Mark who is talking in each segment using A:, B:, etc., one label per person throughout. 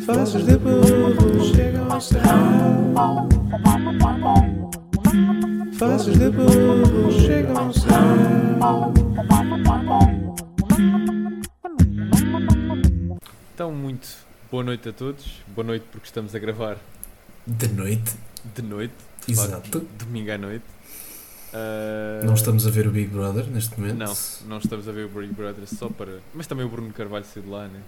A: Faces de burro chegam ao céu. Faces de burro chegam ao céu.
B: Então, muito boa noite a todos. Boa noite, porque estamos a gravar
C: De noite,
B: de noite, de facto,
C: exato.
B: domingo à noite. Ah,
C: Não estamos a ver o Big Brother neste momento.
B: Não, não estamos a ver o Big Brother só para. Mas também o Bruno Carvalho saiu de lá, né?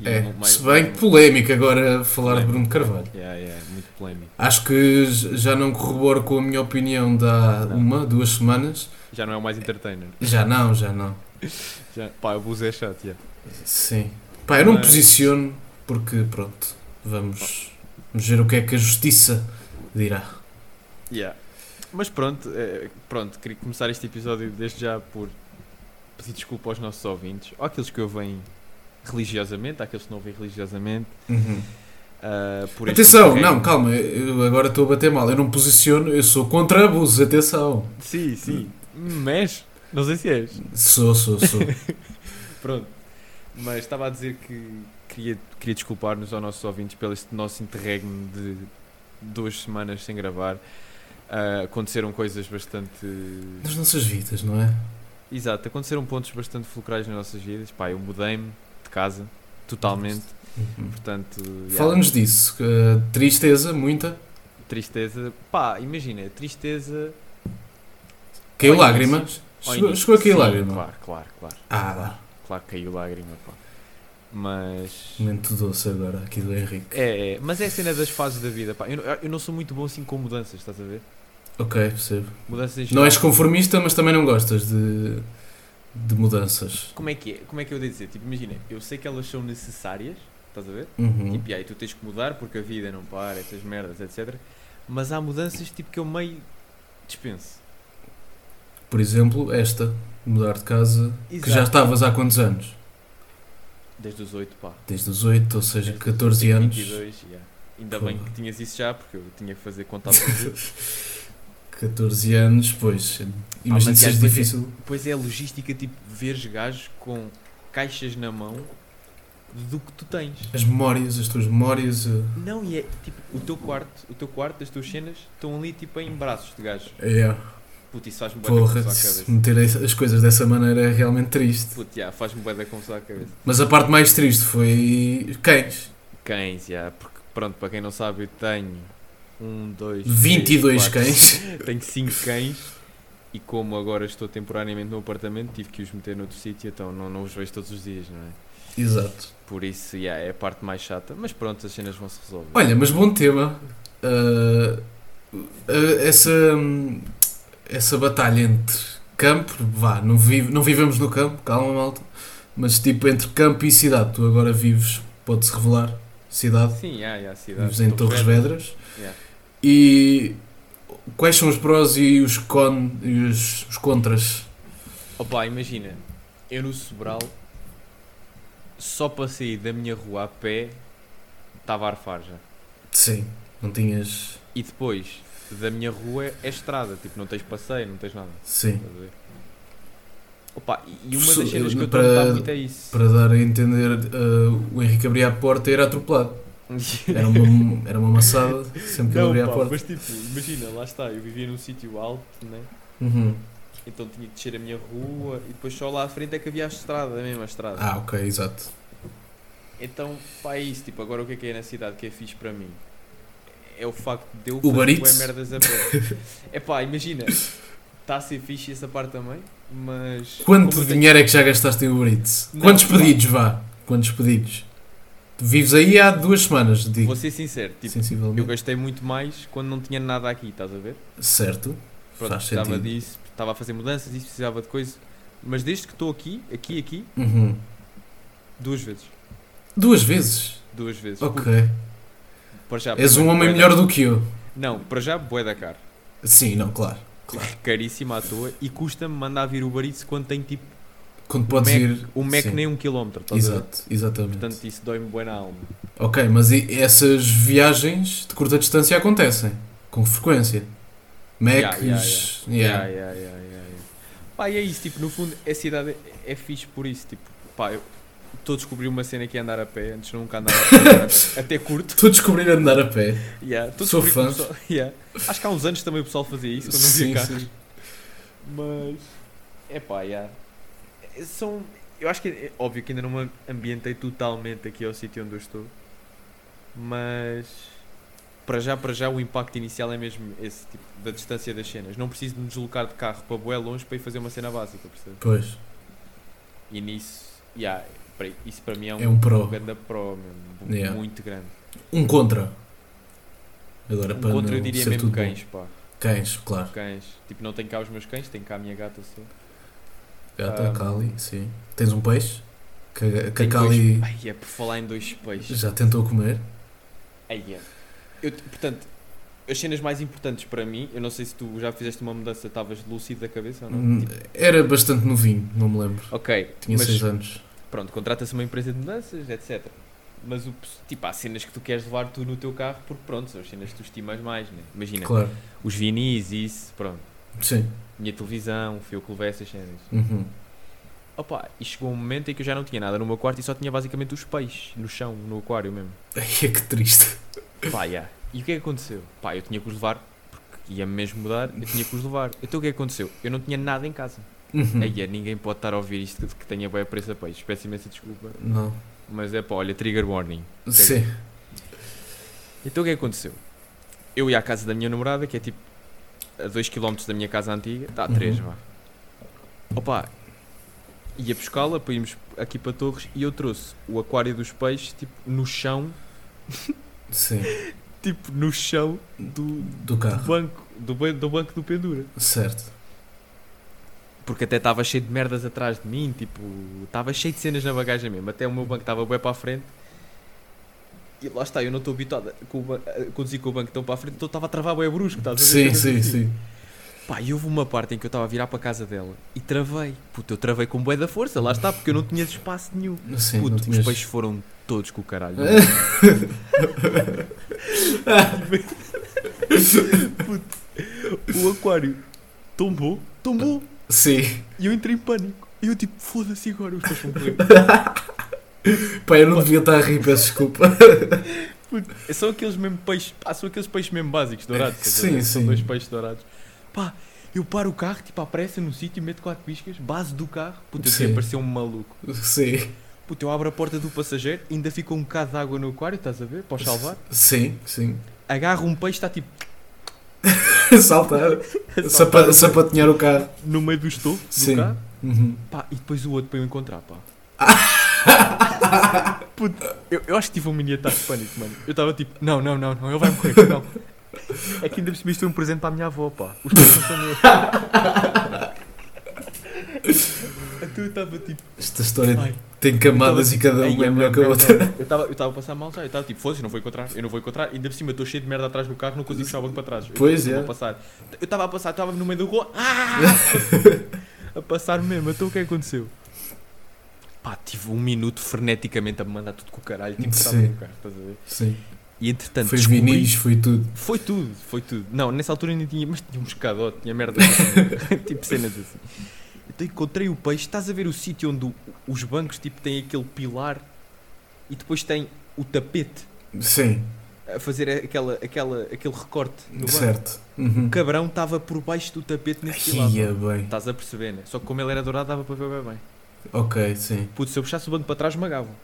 B: E
C: É,
B: não- mais-
C: se bem que polémico agora falar de Bruno Carvalho.
B: Yeah, yeah, muito polémico.
C: Acho que j- já não corroboro com a minha opinião de há
B: Não.
C: uma, duas semanas.
B: Já não é o mais entertainer.
C: Já não, já não.
B: Já, pá, o Buzz é chato, yeah.
C: Sim. Pá, eu não me
B: Mas-
C: posiciono porque, pronto, vamos, vamos ver o que é que a justiça dirá.
B: Yeah. Mas pronto, eh, pronto, queria começar este episódio desde já por pedir desculpa aos nossos ouvintes, ou àqueles que ouvem religiosamente, àqueles que não ouvem religiosamente. ah, por este
C: Uhum. Atenção,
B: terreno.
C: não, calma, eu agora estou a bater mal. Eu não me posiciono, eu sou contra abusos, atenção.
B: Sim, sim. Mas, Hum, não sei se és.
C: Sou, sou, sou.
B: Pronto. Mas estava a dizer que queria, queria desculpar-nos aos nossos ouvintes pelo este nosso interregno de duas semanas sem gravar. Ah, aconteceram coisas bastante.
C: Nas nossas vidas, não é?
B: Exato, aconteceram pontos bastante fulcrais nas nossas vidas. Pá, eu mudei-me de casa, totalmente.
C: Uhum.
B: Portanto, yeah,
C: Fala-nos disso. que, eh, tristeza, muita.
B: tristeza. Pá, imagina, tristeza.
C: Caiu
B: Ao
C: lágrima.
B: ao
C: Chegou,
B: início.
C: chegou a cair
B: Sim,
C: lágrima.
B: Claro, claro, claro.
C: Ah, dá.
B: Claro que caiu lágrima, pá. Mas.
C: Momento doce agora aqui do Henrique.
B: É, é, mas é a cena das fases da vida, pá. Eu, não- eu não sou muito bom assim com mudanças, estás a ver?
C: Ok, percebo.
B: Mudanças em
C: Não
B: geral.
C: és conformista, mas também não gostas de, de mudanças.
B: Como é que é? Como é que eu devo dizer? Tipo, imagina, eu sei que elas são necessárias, estás a ver?
C: Uhum.
B: Tipo, e aí tu tens que mudar porque a vida não para, essas merdas, etc. Mas há mudanças tipo que eu meio dispenso.
C: Por exemplo, esta, mudar de casa, que já
B: Exato.
C: estavas há quantos anos?
B: Desde os 8, pá.
C: Desde os 8, ou seja, 14
B: Tenho
C: anos.
B: 22, yeah. Ainda bem
C: Porra.
B: que tinhas isso já, porque eu tinha que fazer contagem.
C: 14 anos, pois.
B: mas
C: Imagino que
B: já
C: seja
B: depois-
C: difícil.
B: Depois é a logística, tipo, veres gajos com caixas na mão do que tu tens.
C: As memórias, as tuas memórias. eh,
B: Não, e é tipo, o teu quarto, o teu quarto, as tuas cenas estão ali tipo em braços de gajos.
C: É,
B: Puto, isso faz-me bué da
C: porra,
B: confusão à
C: se
B: cabeça.
C: meter as coisas dessa maneira é realmente triste.
B: Puto, yeah, faz-me bué da confusão à cabeça.
C: Mas a parte mais triste foi cães.
B: Cães, yeah, porque pronto, para quem não sabe, eu tenho um, dois, três,
C: 22
B: quatro,
C: cães.
B: Tenho cinco cães e como agora estou temporariamente no apartamento, tive que os meter noutro sítio, então não, não os vejo todos os dias, não é?
C: Exato.
B: Por isso, yeah, é a parte mais chata, mas pronto, as cenas vão se resolver.
C: Olha, mas bom tema. Ah, ah, essa, hum, essa batalha entre campo, vá, não, vive, não vivemos no campo, calma malta. Mas tipo, entre campo e cidade, tu agora vives, pode-se revelar, cidade,
B: Sim, yeah, yeah, cidade.
C: vives em Torres Vedras.
B: Yeah.
C: E quais são os prós e os, con, e os, os contras?
B: Opa, imagina, eu no Sobral, só para sair da minha rua a pé, estava a arfar já.
C: Sim, não tinhas.
B: E depois, da minha rua é estrada, tipo, não tens passeio, não tens nada.
C: Sim.
B: Estás a ver? Opa, e e uma
C: Professor,
B: das cenas
C: eu-
B: que eu estou
C: para-
B: a notar muito é isso.
C: Para dar a entender, ah, o Henrique abria a porta e era atropelado. Era uma, era uma amassada, sempre que ele
B: Não,
C: abria a
B: pá,
C: porta.
B: mas tipo, imagina, lá está, eu vivia num sítio alto, né?
C: Uhum.
B: Então tinha que descer a minha rua e depois só lá à frente é que havia a estrada, a mesma estrada.
C: Ah, ok, exato.
B: Então, pá, é isso, tipo, agora o que é que é na cidade que é fixe para mim? É o facto de eu
C: Uber
B: fazer
C: Eats?
B: bué merdas a pé. é pá, imagina, está a ser fixe essa parte também, mas... como
C: Quanto
B: eu tenho-
C: dinheiro é que já gastaste em Uber Eats?
B: Não,
C: Quantos
B: pá.
C: pedidos, vá? Quantos pedidos? Tu vives aí há duas semanas, digo,
B: Vou ser sincero, tipo, eu
C: sensivelmente.
B: gastei muito mais quando não tinha nada aqui, estás a ver?
C: Certo,
B: Pronto,
C: faz
B: precisava
C: sentido.
B: disso, estava a fazer mudanças, isso precisava de coisa. Mas desde que estou aqui, aqui, aqui,
C: Uhum.
B: duas vezes.
C: Duas vezes?
B: Duas vezes.
C: Ok.
B: Porque, Para já,
C: És um
B: primeiro,
C: homem
B: bué
C: melhor
B: da-
C: do que eu.
B: Não, para já, bué da cara.
C: Sim, não, claro. claro.
B: Caríssima à toa e custa-me mandar vir o barito quando tem tipo
C: Quando podes
B: Mac-
C: ir.
B: um Mac
C: sim.
B: nem um quilómetro, estás a ver?
C: Exato, exatamente.
B: Portanto, isso dói-me bué na alma.
C: Ok, mas e essas viagens de curta distância acontecem com frequência.
B: Yeah,
C: Macs,
B: yeah,
C: yeah.
B: Yeah, yeah, yeah, yeah, yeah. Pá, e é isso, tipo, no fundo, a cidade é, é fixe por isso, tipo, pá, eu, Estou a descobrir uma cena que é andar a pé, antes nunca andava a pé, até curto.
C: Estou a descobrir andar a pé.
B: Yeah, estou a
C: Sou
B: descobrir que o
C: fã.
B: pessoal- yeah. Acho que há uns anos também o pessoal fazia isso quando não
C: Sim,
B: via carros.
C: sim.
B: Mas. É pá, yeah. É- São. Eu acho que é óbvio que ainda não me ambientei totalmente aqui ao sítio onde eu estou. Mas. Para já, para já, o impacto inicial é mesmo esse, tipo, da distância das cenas. Não preciso de me deslocar de carro para Boé longe para ir fazer uma cena básica, percebes?
C: Pois,
B: E nisso, yeah, para- isso para mim é um,
C: é um
B: um
C: pro.
B: grande pro, mesmo,
C: Yeah.
B: muito grande.
C: Um contra. Agora
B: Um
C: para
B: contra eu
C: não
B: diria
C: ser
B: mesmo
C: tudo bom.
B: cães, pá.
C: Cães, claro.
B: Cães. Tipo, não tenho cá os meus cães, tenho cá a minha gata só.
C: Gata,
B: Ah,
C: Cali, sim. Tens um peixe? Que, que a
B: Tenho
C: Cali
B: dois- Ai, é por falar em dois peixes.
C: já tentou comer?
B: Ai, é. Eu, t- portanto, as cenas mais importantes para mim, eu não sei se tu já fizeste uma mudança, estavas lúcido da cabeça ou não?
C: Hum,
B: Tipo,
C: Era bastante novinho, não me lembro.
B: ok,
C: Tinha
B: mas
C: 6 anos.
B: pronto, contrata-se uma empresa de mudanças, etc. Mas o, pes- tipo, há cenas que tu queres levar tu no teu carro porque pronto, são as cenas que tu estimas mais, né? Imagina,
C: Claro.
B: os vinis, isso, pronto.
C: Sim.
B: Minha televisão, o fio que levei essas cenas.
C: Uhum.
B: Opa, e chegou um momento em que eu já não tinha nada no meu quarto e só tinha basicamente os peixes no chão, no aquário mesmo.
C: Ai, é que triste.
B: Pá, yeah. E o que é que aconteceu? Pá, eu tinha que os levar, porque ia mesmo mudar, eu tinha que os levar. Então o que é que aconteceu? Eu não tinha nada em casa.
C: Uhum.
B: Aí é, ninguém pode estar a ouvir isto que- que tenha bem a preço a peixe. Peço imensa desculpa.
C: Não.
B: Mas é pá, olha, trigger warning.
C: Sim.
B: Então o que é que aconteceu? Eu ia à casa da minha namorada, que é tipo a 2km da minha casa antiga, dá
C: Uhum.
B: 3, vá. Opa, ia buscá-la, para irmos aqui para Torres, e eu trouxe o aquário dos peixes, tipo, no chão,
C: Sim.
B: tipo, no chão do, do
C: Do carro.
B: banco, do, ban- do banco do pendura.
C: Certo.
B: Porque até estava cheio de merdas atrás de mim, tipo, estava cheio de cenas na bagagem mesmo. Até o meu banco estava bem para a frente. E lá está, eu não estou habituado a, com o ba- a conduzir com o banco tão para a frente, então estava a travar bem brusco, estás a ver?
C: Sim,
B: Cenas
C: sim,
B: assim.
C: sim.
B: Pá, e houve uma parte em que eu estava a virar para a casa dela e travei. Puto, eu travei com bué da força, lá está, porque eu não tinha espaço nenhum.
C: Sim,
B: Puto,
C: não
B: os
C: tinhas...
B: peixes foram todos com o caralho. Puto, o aquário tombou, tombou.
C: Sim.
B: E eu entrei em pânico. E eu tipo, foda-se agora, os peixes vão morrer.
C: Pá, eu não devia estar a rir, peço desculpa.
B: Puto, São É aqueles mesmo peixes, pá, são aqueles peixes mesmo básicos, dourados. quer dizer,
C: Sim,
B: São
C: sim.
B: dois peixes dourados. Pá, eu paro o carro, tipo, à pressa no sítio, meto quatro piscas, base do carro. Puto, eu
C: Sim.
B: tinha parecer um maluco.
C: Sim.
B: Puto, eu abro a porta do passageiro, ainda fica um bocado de água no aquário, estás a ver? Para o salvar.
C: Sim, sim.
B: Agarro um peixe, está tipo,
C: Saltar.
B: a saltar
C: Sapa, sapatinhar o carro.
B: no meio do estofo do
C: Sim.
B: carro.
C: Uhum.
B: Pá, e depois o outro para eu encontrar, pá. Puto, eu, eu acho que tive um mini ataque de pânico, mano. Eu estava tipo, não, não, não, não, ele vai morrer, não. É que ainda percebi isto foi um presente para a minha avó, pá. Os pais não são meus. Então eu estava tipo,
C: Esta história
B: ai,
C: tem camadas e cada
B: ai,
C: uma é
B: eu
C: melhor que a
B: não,
C: outra.
B: não. Eu estava eu estava a passar mal já, eu estava tipo, foda-se, eu não vou encontrar, eu não vou encontrar. Ainda por cima, eu estou cheio de merda atrás do carro, não consigo puxar o banco para trás. Eu
C: Pois
B: não
C: é.
B: vou passar. Eu estava a passar, estava no meio do rua, a passar mesmo. Então o que é que aconteceu? Pá, tive um minuto freneticamente a me mandar tudo com o caralho, tipo, estava
C: Sim.
B: no carro, estás a ver?
C: Sim.
B: E entretanto,
C: foi os
B: descobri-
C: vinis, foi tudo.
B: Foi tudo, foi tudo. Não, nessa altura ainda tinha, mas tinha um escadote, tinha merda, tipo cenas assim. Então encontrei o peixe, estás a ver o sítio onde o- os bancos, tipo, têm aquele pilar e depois tem o tapete
C: Sim,
B: a fazer aquela, aquela, aquele recorte no banco. é
C: certo. Uhum.
B: O cabrão estava por baixo do tapete nesse pilar.
C: Ia
B: pá.
C: bem.
B: Estás a perceber, né? Só que como ele era dourado dava para ver bem bem.
C: Ok, sim.
B: Putz, se eu puxasse o banco para trás, magavam.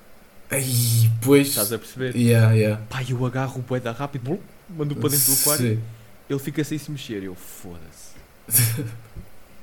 C: Aí, pois.
B: Estás a perceber?
C: Yeah, yeah.
B: Pá, eu agarro o boeda rápido, blum, mando-o para dentro do aquário.
C: Sim.
B: Ele fica sem se mexer. Eu, foda-se.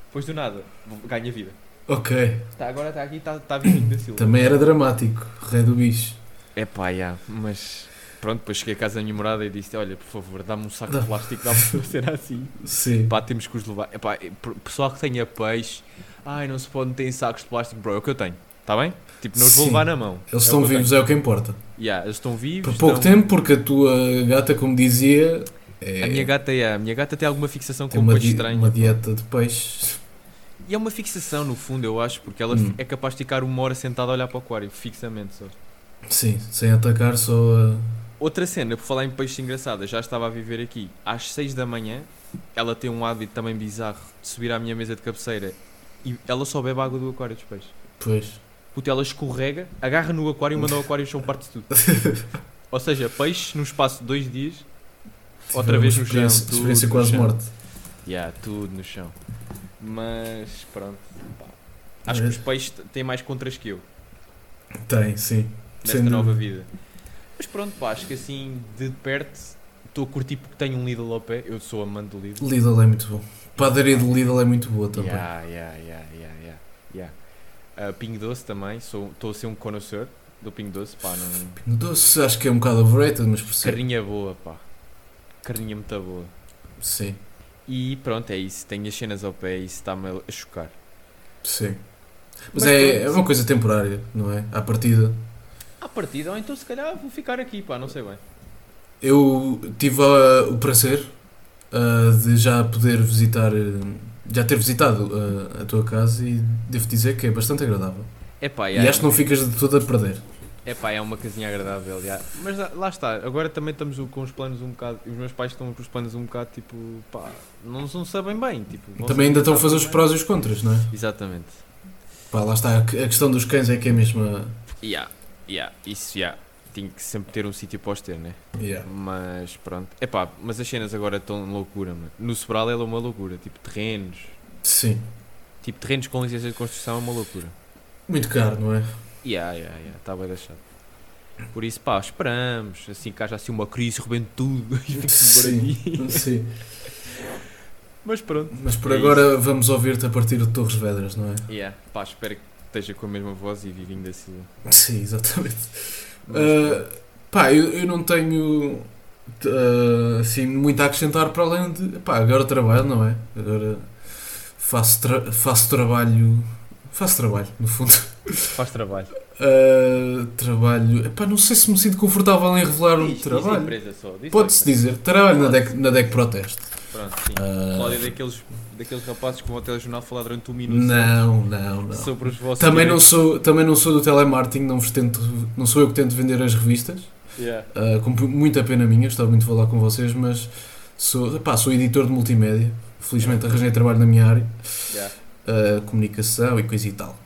B: Depois do nada, ganha vida.
C: Ok.
B: Está, agora está aqui, está tá vizinho da Silva.
C: Também era dramático. Rei do bicho.
B: É pá, já, mas. Pronto, depois cheguei a casa da minha morada e disse: Olha, por favor, dá-me um saco
C: Dá-
B: de plástico, dá-me uma cena assim.
C: Sim.
B: Pá, temos que os levar. É pá, é, pro- pessoal que tenha peixe, ai, não se pode meter em sacos de plástico, bro, é o que eu tenho, está bem? Tipo, não os vou
C: Sim.
B: levar na mão. é o
C: Eles estão
B: que eu
C: vivos, é o que importa.
B: tenho. Yeah, eles estão vivos.
C: Por pouco
B: estão-
C: tempo, porque a tua gata, como dizia, é-
B: A minha gata é, a minha gata tem alguma fixação
C: tem
B: com um
C: uma,
B: peixe
C: di-
B: estranho.
C: uma dieta de peixe.
B: E é uma fixação, no fundo, eu acho, porque ela
C: Hum.
B: é capaz de ficar uma hora sentada a olhar para o aquário, fixamente só.
C: Sim, sem atacar, só a.
B: Outra cena, por falar em peixe engraçada, já estava a viver aqui às 6 da manhã. Ela tem um hábito também bizarro de subir à minha mesa de cabeceira e ela só bebe água do aquário dos peixes.
C: Pois.
B: Cutela escorrega, agarra no aquário e manda o aquário e o chão parte tudo. Ou seja, peixe no espaço de dois dias, outra
C: Tiveram
B: vez
C: uma
B: no chão.
C: experiência,
B: tudo
C: experiência
B: no
C: quase
B: chão.
C: morte.
B: Yeah, tudo no chão. Mas pronto. pá. Acho
C: É.
B: que os peixes t- têm mais contras que eu
C: Tem, sim.
B: nesta
C: Sem
B: nova vida. Mas pronto, pá, acho que assim de perto estou a curtir porque tenho um Lidl ao pé. Eu sou amante do Lidl.
C: Lidl é muito bom. Padaria de Lidl é muito boa também.
B: Yeah, yeah, yeah, yeah, yeah, yeah. Ah, Pingo Doce também, sou- estou a ser um conhecedor do Pingo Doce, pá, não.
C: No doce acho que é um bocado overrated, mas percebo.
B: Carrinha boa, pá. Carrinha muito boa.
C: Sim,
B: E pronto, é isso. Tenho as cenas ao pé e isso está-me a chocar.
C: sim. Mas,
B: Mas
C: é,
B: pronto.
C: é uma coisa temporária, não é? À partida.
B: À partida, ou então se calhar vou ficar aqui, pá, não sei bem.
C: Eu tive ah, o prazer ah, de já poder visitar, ah, já ter visitado ah, a tua casa e devo dizer que é bastante agradável.
B: É pá,
C: E acho que não ficas de todo a perder.
B: É pá, é uma casinha agradável, já. Mas lá- lá está, agora também estamos o- com os planos um bocado. Os meus pais estão com os planos um bocado tipo. pá, não, não sabem bem. Tipo, vão saber
C: Também ainda estão a
B: tratar
C: fazer os
B: bem.
C: prós e os contras, não é?
B: Exatamente.
C: Pá, lá está, a que- a questão dos cães é que é mesmo a...
B: Yeah, yeah, isso, yeah. Tinha que sempre ter um sítio para os ter, né?
C: Yeah.
B: Mas pronto. É pá, mas as cenas agora estão loucura, mano. No Sobral ela é uma loucura. Tipo, terrenos.
C: Sim,
B: Tipo, terrenos com licença de construção é uma loucura.
C: muito caro, não é?
B: Yeah, yeah, yeah. Está tá bem deixado. Por isso, pá, esperamos. Assim que haja assim uma crise, rebente tudo. e
C: Sim,
B: fique por aqui.
C: sim.
B: Mas pronto.
C: Mas por
B: É
C: agora vamos ouvir-te a partir de Torres Vedras, não é?
B: Yeah, pá, espero que esteja com a mesma voz e vivinho da Silva.
C: Sim, exatamente.
B: Mas,
C: Uh, pá, eu, eu não tenho uh, assim muito a acrescentar para além de pá, agora trabalho, não é? Agora faço, tra- faço trabalho. Faço trabalho, no fundo.
B: faz trabalho.
C: Uh, trabalho. Epá, não sei se me sinto confortável em revelar o
B: Diz, diz a
C: um trabalho.
B: empresa só. diz só
C: Pode-se
B: a
C: dizer, trabalho na DEC, na DEC Proteste.
B: empresa. Pronto, sim.
C: Uh,
B: Cláudio, é daqueles, daqueles rapazes que vão ao telejornal falar durante um minuto
C: não, não, não.
B: sobre os vossos.
C: Também não,
B: direitos.
C: sou, também não sou do telemarketing, não, vos tento, não sou eu que tento vender as revistas.
B: Yeah.
C: Uh, com muita pena minha, gostava muito de falar com vocês, mas sou, epá, sou editor de multimédia. Felizmente arranjei trabalho na minha área,
B: Yeah.
C: uh, comunicação e coisa e tal.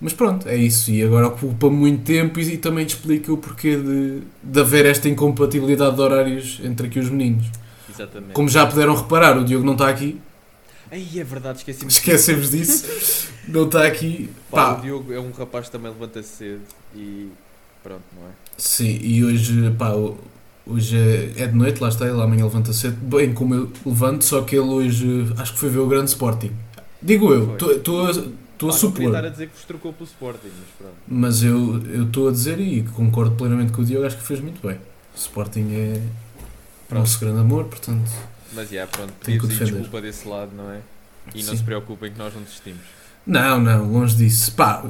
C: Mas pronto, é isso. E agora ocupa muito tempo e, e também te explica o porquê de, de haver esta incompatibilidade de horários entre aqui os meninos.
B: Exatamente.
C: Como já puderam reparar, o Diogo não está aqui,
B: Ai, é verdade, esqueci-me.
C: esquecemos disso. Não está aqui.
B: Pá,
C: Pá,
B: o Diogo é um rapaz que também levanta-se cedo e. Pronto, não é?
C: Sim, e hoje, pá, hoje é- é de noite, lá está ele, amanhã levanta cedo, bem como eu levanto, só que ele hoje acho que foi ver o grande Sporting. Digo eu,
B: Foi.
C: estou a, tô
B: Pá, não
C: a
B: queria estar
C: supor,
B: a dizer que vos trocou pelo Sporting, mas pronto.
C: mas eu estou a dizer e concordo plenamente com o Diogo, acho que fez muito bem. O Sporting é o nosso grande amor, portanto,
B: Mas yeah, pronto,
C: Tenho que o
B: pedimos
C: defender.
B: desculpa desse lado, não é? E não
C: Sim.
B: se preocupem que nós não desistimos.
C: não, não, longe disso. Pá,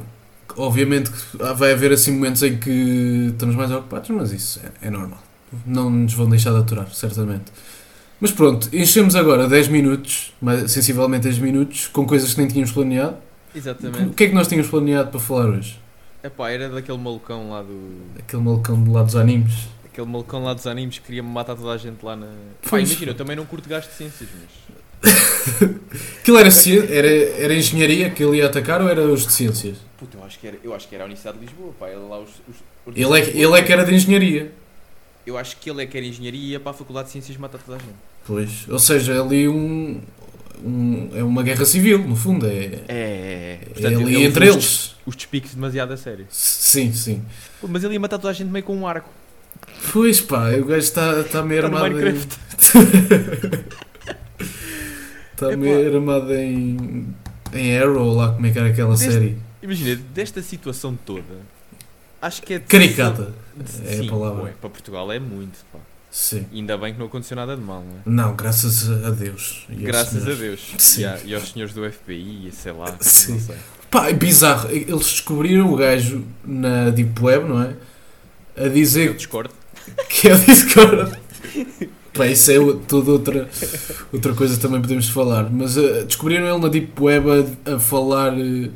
C: obviamente que vai haver assim momentos em que estamos mais ocupados, mas isso é, é normal. Não nos vão deixar de aturar, certamente. Mas pronto, enchemos agora 10 minutos, mais- sensivelmente 10 minutos, com coisas que nem tínhamos planeado.
B: Exatamente.
C: O que é que nós tínhamos planeado para falar hoje?
B: Epá, era daquele malucão lá do.
C: Aquele malucão de lá dos animes.
B: Aquele malucão lá dos animes que queria matar toda a gente lá na. Pá,
C: Pois.
B: imagina, eu também não curto gasto de ciências, mas.
C: Aquilo era, ci- era, era engenharia que ele ia atacar ou era os de ciências?
B: Puta, eu acho que era, eu acho que era a Universidade de Lisboa, pá. Ele lá os. os- os-
C: Ele é, que- ele é que era de engenharia.
B: Eu acho que ele é que era engenharia e ia para a Faculdade de Ciências matar toda a gente.
C: Pois, ou seja, ali um, um- é uma guerra civil, no fundo. É,
B: É, é, é.
C: é
B: Portanto,
C: ali
B: ele
C: entre
B: os-
C: eles.
B: Os despiques demasiado a sério.
C: Sim, sim.
B: Pô, mas ele ia matar toda a gente meio com um arco.
C: Pois pá, o gajo está tá meio
B: Tá no
C: armado em.
B: Minecraft.
C: Está
B: Epá.
C: tá meio armado em. Em Arrow, lá como é que era aquela
B: Deste-
C: série.
B: Imagina, desta situação toda. Acho que é. de-
C: Caricata.
B: de-
C: É a
B: Sim,
C: palavra.
B: ué, para Portugal é muito, pá.
C: Sim.
B: Ainda bem que não aconteceu nada de mal, não é?
C: Não, graças a Deus. E aos
B: Graças a
C: senhores.
B: Deus.
C: Sim.
B: E, a- e aos senhores do FBI e sei lá.
C: Sim.
B: Não sei.
C: Pá, é bizarro. Eles descobriram o gajo na Deep Web, não é? A
B: Eu
C: dizer
B: discordo.
C: que é o Discord. Pá, isso é o- tudo outra, outra coisa que também podemos falar. Mas eh, descobriram ele na Deep Web a, a falar eh,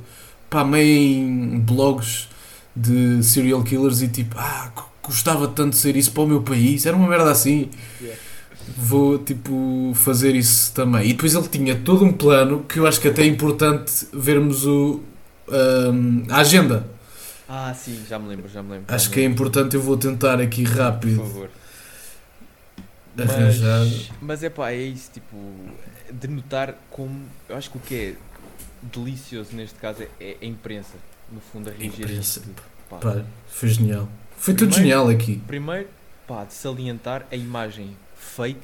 C: pá, meio em blogs de serial killers e tipo, ah, cu- gostava tanto de ser isso para o meu país, era uma merda assim.
B: Yeah.
C: Vou tipo fazer isso também. E depois ele tinha todo um plano que eu acho que até é importante vermos o, ahm, ehm, a agenda.
B: Ah, sim, já me lembro, já me lembro.
C: Acho
B: já
C: que
B: me
C: é
B: lembro.
C: importante, eu vou tentar aqui rápido
B: Por favor.
C: arranjar.
B: Mas, mas é pá, é isso, tipo, de notar como. Eu acho que o que é delicioso neste caso é, é a imprensa, no fundo, a reagir. a isto
C: Imprensa,
B: tudo, pá.
C: Pá, foi genial. Foi tudo
B: Primeiro-
C: genial aqui.
B: Primeiro, pá, de salientar a imagem fake.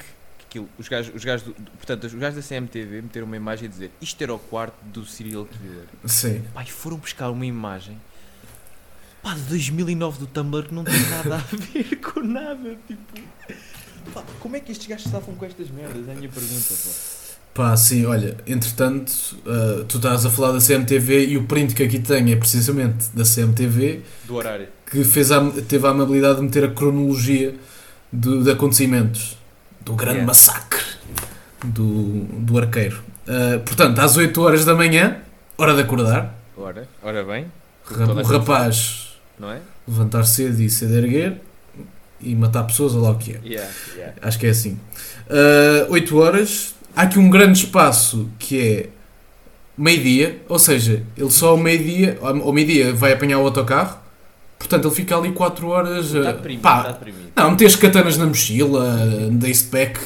B: que Aquilo, os gajos, os gajos do- do- portanto, os gajos da CMTV meteram uma imagem a dizer isto era o quarto do serial killer.
C: Sim.
B: Pá, e foram buscar uma imagem pá, de 2009 do Tumblr que não tem nada a ver com nada. Tipo, pá, como é que estes gajos estavam com estas merdas? É a minha pergunta. Pá.
C: Pá, sim, olha, entretanto, ah, tu estás a falar da CMTV e o print que aqui tenho é precisamente da CMTV
B: Do horário.
C: que fez a, teve a amabilidade de meter a cronologia de, de acontecimentos do grande
B: Yeah.
C: massacre do, do arqueiro. Ah, portanto, às 8 horas da manhã, hora de acordar,
B: Ora, ora bem,
C: ra-
B: toda
C: o
B: a gente
C: rapaz
B: não é?
C: levantar cedo e cedo erguer e matar pessoas, ou lá o que é.
B: Yeah, yeah.
C: Acho que é assim. Ah, 8 horas. Há aqui um grande espaço que é meio-dia, ou seja, ele só ao meio-dia, ao meio-dia vai apanhar o autocarro, portanto ele fica ali 4 horas.
B: Está
C: ah,
B: deprimido,
C: pá,
B: está deprimido.
C: não, metes katanas na mochila, dace pack.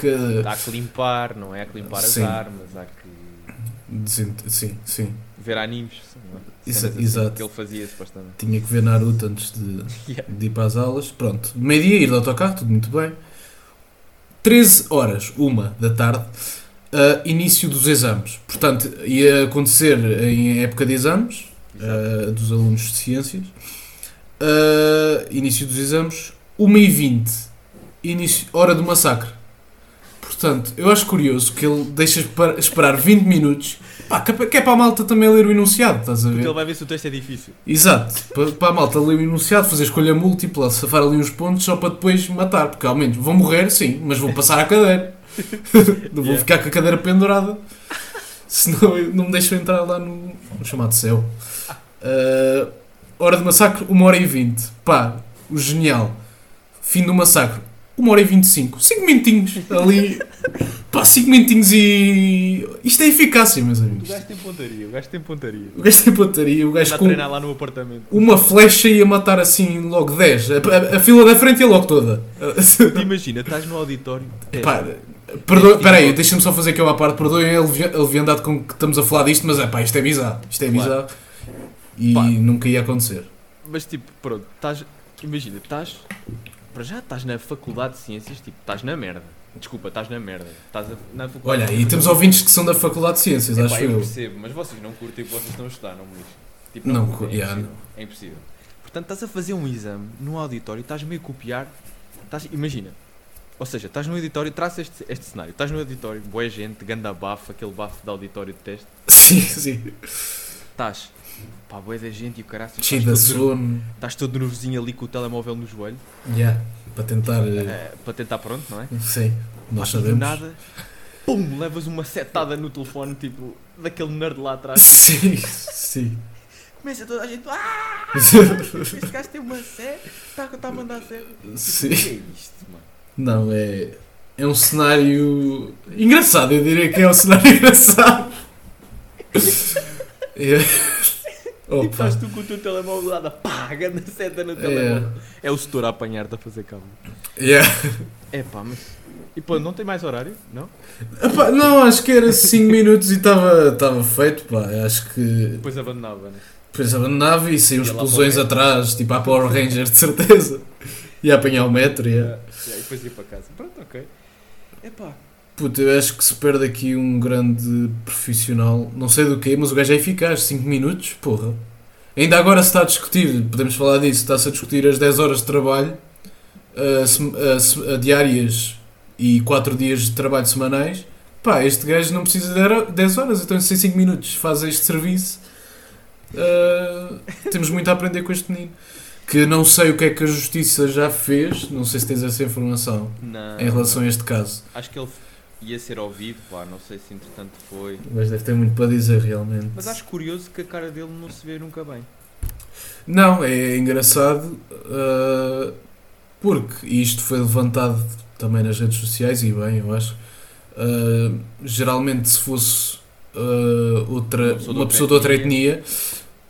C: ah,
B: Há que limpar, não é? Há que limpar
C: Sim.
B: as armas, há que
C: desen- Sim, sim.
B: ver animes. não é?
C: Isso-
B: Cenas assim
C: exato.
B: Que ele fazia supostamente.
C: Tinha que ver Naruto antes de,
B: Yeah.
C: de ir para as aulas. Pronto, meio-dia ir de autocarro, tudo muito bem. 13 horas, uma da tarde, ah, início dos exames. Portanto, ia acontecer em época de exames,
B: Exato.
C: ah, dos alunos de ciências. Ah, início dos exames, 1h20, início, hora do massacre. Portanto, eu acho curioso que ele deixa espa- esperar 20 minutos, pá, que é pa- que é para a malta também ler o enunciado, estás a
B: Porque ele
C: ver?
B: vai ver se o texto é difícil.
C: Exato, para, para a malta ler o enunciado, fazer escolha múltipla, safar ali uns pontos só para depois matar, porque ao menos vou morrer, sim, mas vou passar à cadeira. não vou
B: Yeah.
C: ficar com a cadeira pendurada, senão eu- não me deixam entrar lá no, no chamado céu. Ah, hora de massacre, 1 hora e 20. Pá, o genial. Fim do massacre, 1 hora e 25. 5 minutinhos ali. Pá, 5 minutinhos e. Isto é eficácia, meus
B: O
C: amigos.
B: gajo tem pontaria, o gajo tem pontaria.
C: O gajo tem pataria, o gajo
B: Está a
C: com
B: treinar lá no apartamento.
C: uma flecha ia matar assim logo 10. A, a- a fila da frente ia logo toda.
B: Imagina, estás no auditório. É,
C: Pá, perdoe, peraí, deixa-me só fazer aqui uma parte. Perdoem a levi- a leviandade com que estamos a falar disto, mas é pá, isto é bizarro. Isto é
B: Claro.
C: bizarro. E
B: Pá.
C: nunca ia acontecer.
B: Mas tipo, pronto, estás. Imagina, estás. Para já estás na faculdade de ciências, tipo, estás na merda. Desculpa, estás na merda. Estás a- na faculdade.
C: Olha, e temos ouvintes que são da Faculdade de Ciências,
B: Epá,
C: acho
B: É eu
C: eu.
B: percebo, mas vocês não curtem o que vocês estão a estudar, não me lixem. Tipo,
C: Não
B: curtem,
C: cu- yeah,
B: impossível. é impossível. Portanto, estás a fazer um exame num auditório, estás meio a copiar. Estás, imagina, ou seja, estás no auditório, traça este, este cenário. Estás no auditório, boa gente, ganda bafo, aquele bafo de auditório de teste.
C: Sim, sim.
B: Estás, pá, boa da gente e o caralho.
C: Cheio de
B: Estás, todo nervo-
C: sono.
B: estás todo nervosinho ali com o telemóvel no joelho,
C: Yeah, para tentar. eh,
B: eh, para tentar pronto, não é?
C: Sim, nós
B: Pá, e do
C: sabemos.
B: nada, pum, levas uma setada no telefone, tipo, daquele nerd lá atrás.
C: Sim, sim.
B: Começa toda a gente, "Ah, Este gajo tem uma sé, está tá a mandar sé.
C: sim.
B: O que é isto, mano?
C: Não, é. É um cenário. engraçado, eu diria que é um cenário engraçado. É.
B: E
C: Opa.
B: Tipo, estás tu com o teu telemóvel lá da pá, ganda seta no telemóvel.
C: É.
B: É, o setor a apanhar-te a fazer cabo.
C: Yeah.
B: É pá, mas. E pô, não tem mais horário? Não?
C: Epá, não, acho que era 5 minutos e estava feito, pá. Acho que.
B: Depois abandonava, né?
C: Depois abandonava e saíam
B: Ia lá para o
C: explosões
B: metro.
C: atrás, tipo à Power Rangers, de certeza. Ia apanhar o metro, ia.
B: É, e depois ia para casa. Pronto, ok. É pá.
C: Puta, eu acho que se perde aqui um grande profissional, não sei do quê, mas o gajo é eficaz, 5 minutos, porra. Ainda agora se está a discutir, podemos falar disso, está-se a discutir as 10 horas de trabalho ah, sem- ah, se- ah, diárias e 4 dias de trabalho semanais. Pá, este gajo não precisa de hora- 10 horas, então em 5 minutos faz este serviço. Ah, temos muito a aprender com este menino. Que não sei o que é que a justiça já fez, não sei se tens essa informação
B: Não.
C: em relação a este caso.
B: Acho que ele ia ser ouvido, pá, não sei se entretanto foi.
C: Mas deve ter muito para dizer realmente.
B: Mas acho curioso que a cara dele não se vê nunca bem.
C: Não, é engraçado uh, porque e isto foi levantado também nas redes sociais e bem, eu acho. uh, geralmente eh, se fosse uh, outra, uma pessoa de outra etnia,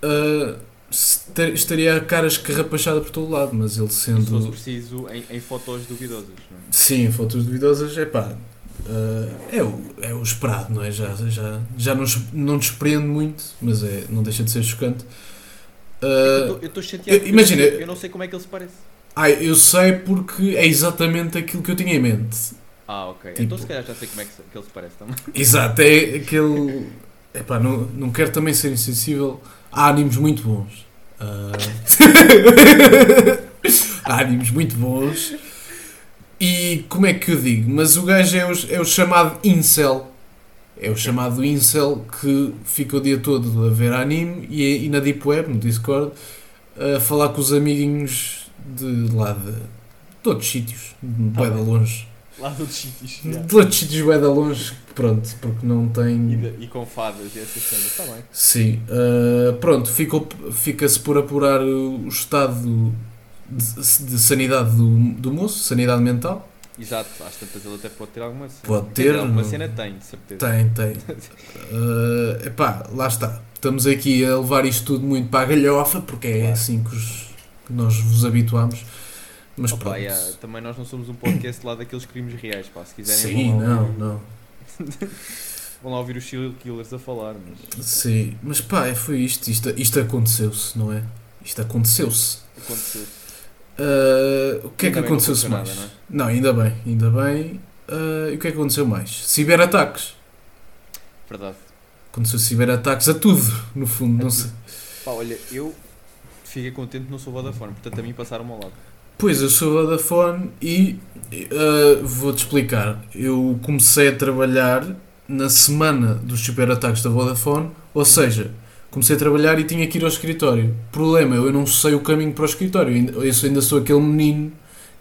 C: uh, se ter- estaria a cara escarrapachada por todo lado, mas ele
B: Se fosse
C: sendo.
B: preciso, em, em fotos duvidosas. Não é?
C: Sim, fotos duvidosas, é pá. eh, é, o, é o esperado, não é? Já, já, já não, es- não desprende muito, mas é, não deixa de ser chocante. Eh,
B: Eu estou chateado.
C: eu- imagina-
B: porque Eu não sei como é que ele se parece.
C: ai, eu sei porque é exatamente aquilo que eu tinha em mente.
B: Ah, ok.
C: Tipo-
B: Então se calhar já sei como é que, se- que ele se parece também.
C: Exato, é aquele. Epá, não, não quero também ser insensível. Há animes muito bons. Ah, Há animes muito bons. E como é que eu digo? Mas o gajo é o, é o chamado incel. É o chamado incel que fica o dia todo a ver anime e, e na Deep Web, no Discord, a falar com os amiguinhos de lá de, de outros sítios, de
B: Ah,
C: bué de
B: bem.
C: longe.
B: Lá do Chitis.
C: De outros sítios bué de longe, pronto, porque não
B: E,
C: tem...
B: de- e com fadas e essas cenas. Está bem.
C: Sim, ah, pronto, ficou- fica-se por apurar o estado de, de sanidade do, do moço, sanidade mental.
B: Exato. Às tantas ele até pode ter alguma cena.
C: Pode
B: Quer dizer,
C: ter,
B: Alguma
C: não-
B: cena tem, de certeza.
C: Tem, tem. Ah, epá, lá está. Estamos aqui a levar isto tudo muito para a galhofa, porque é
B: Claro.
C: assim que, os- que nós vos habituamos. Mas
B: Opa,
C: pronto.
B: yeah, também nós não somos um podcast lá daqueles crimes reais, pá. Se quiserem um
C: Sim,
B: vão, lá
C: não,
B: ouvir,
C: não.
B: vão lá ouvir os serial killers a falar, mas
C: Sim, mas pá, é, foi isto. Isto, isto aconteceu-se, não é? Isto aconteceu-se.
B: aconteceu.
C: Ah, o que é
B: Ainda
C: que
B: bem
C: aconteceu-se
B: não aconteceu
C: mais?
B: nada,
C: Não, ainda bem, ainda bem. Ah, e o que é que aconteceu mais? Ciberataques.
B: Verdade.
C: Aconteceu ciberataques a tudo, no fundo.
B: A
C: Não
B: tudo.
C: sei.
B: Pá, olha, eu fiquei contente que não sou Vodafone, portanto a mim passaram ao lado.
C: Pois, eu sou Vodafone e ah, vou-te explicar. Eu comecei a trabalhar na semana dos ciberataques da Vodafone, ou seja, comecei a trabalhar e tinha que ir ao escritório. Problema, eu não sei o caminho para o escritório. Eu ainda- Eu ainda sou aquele menino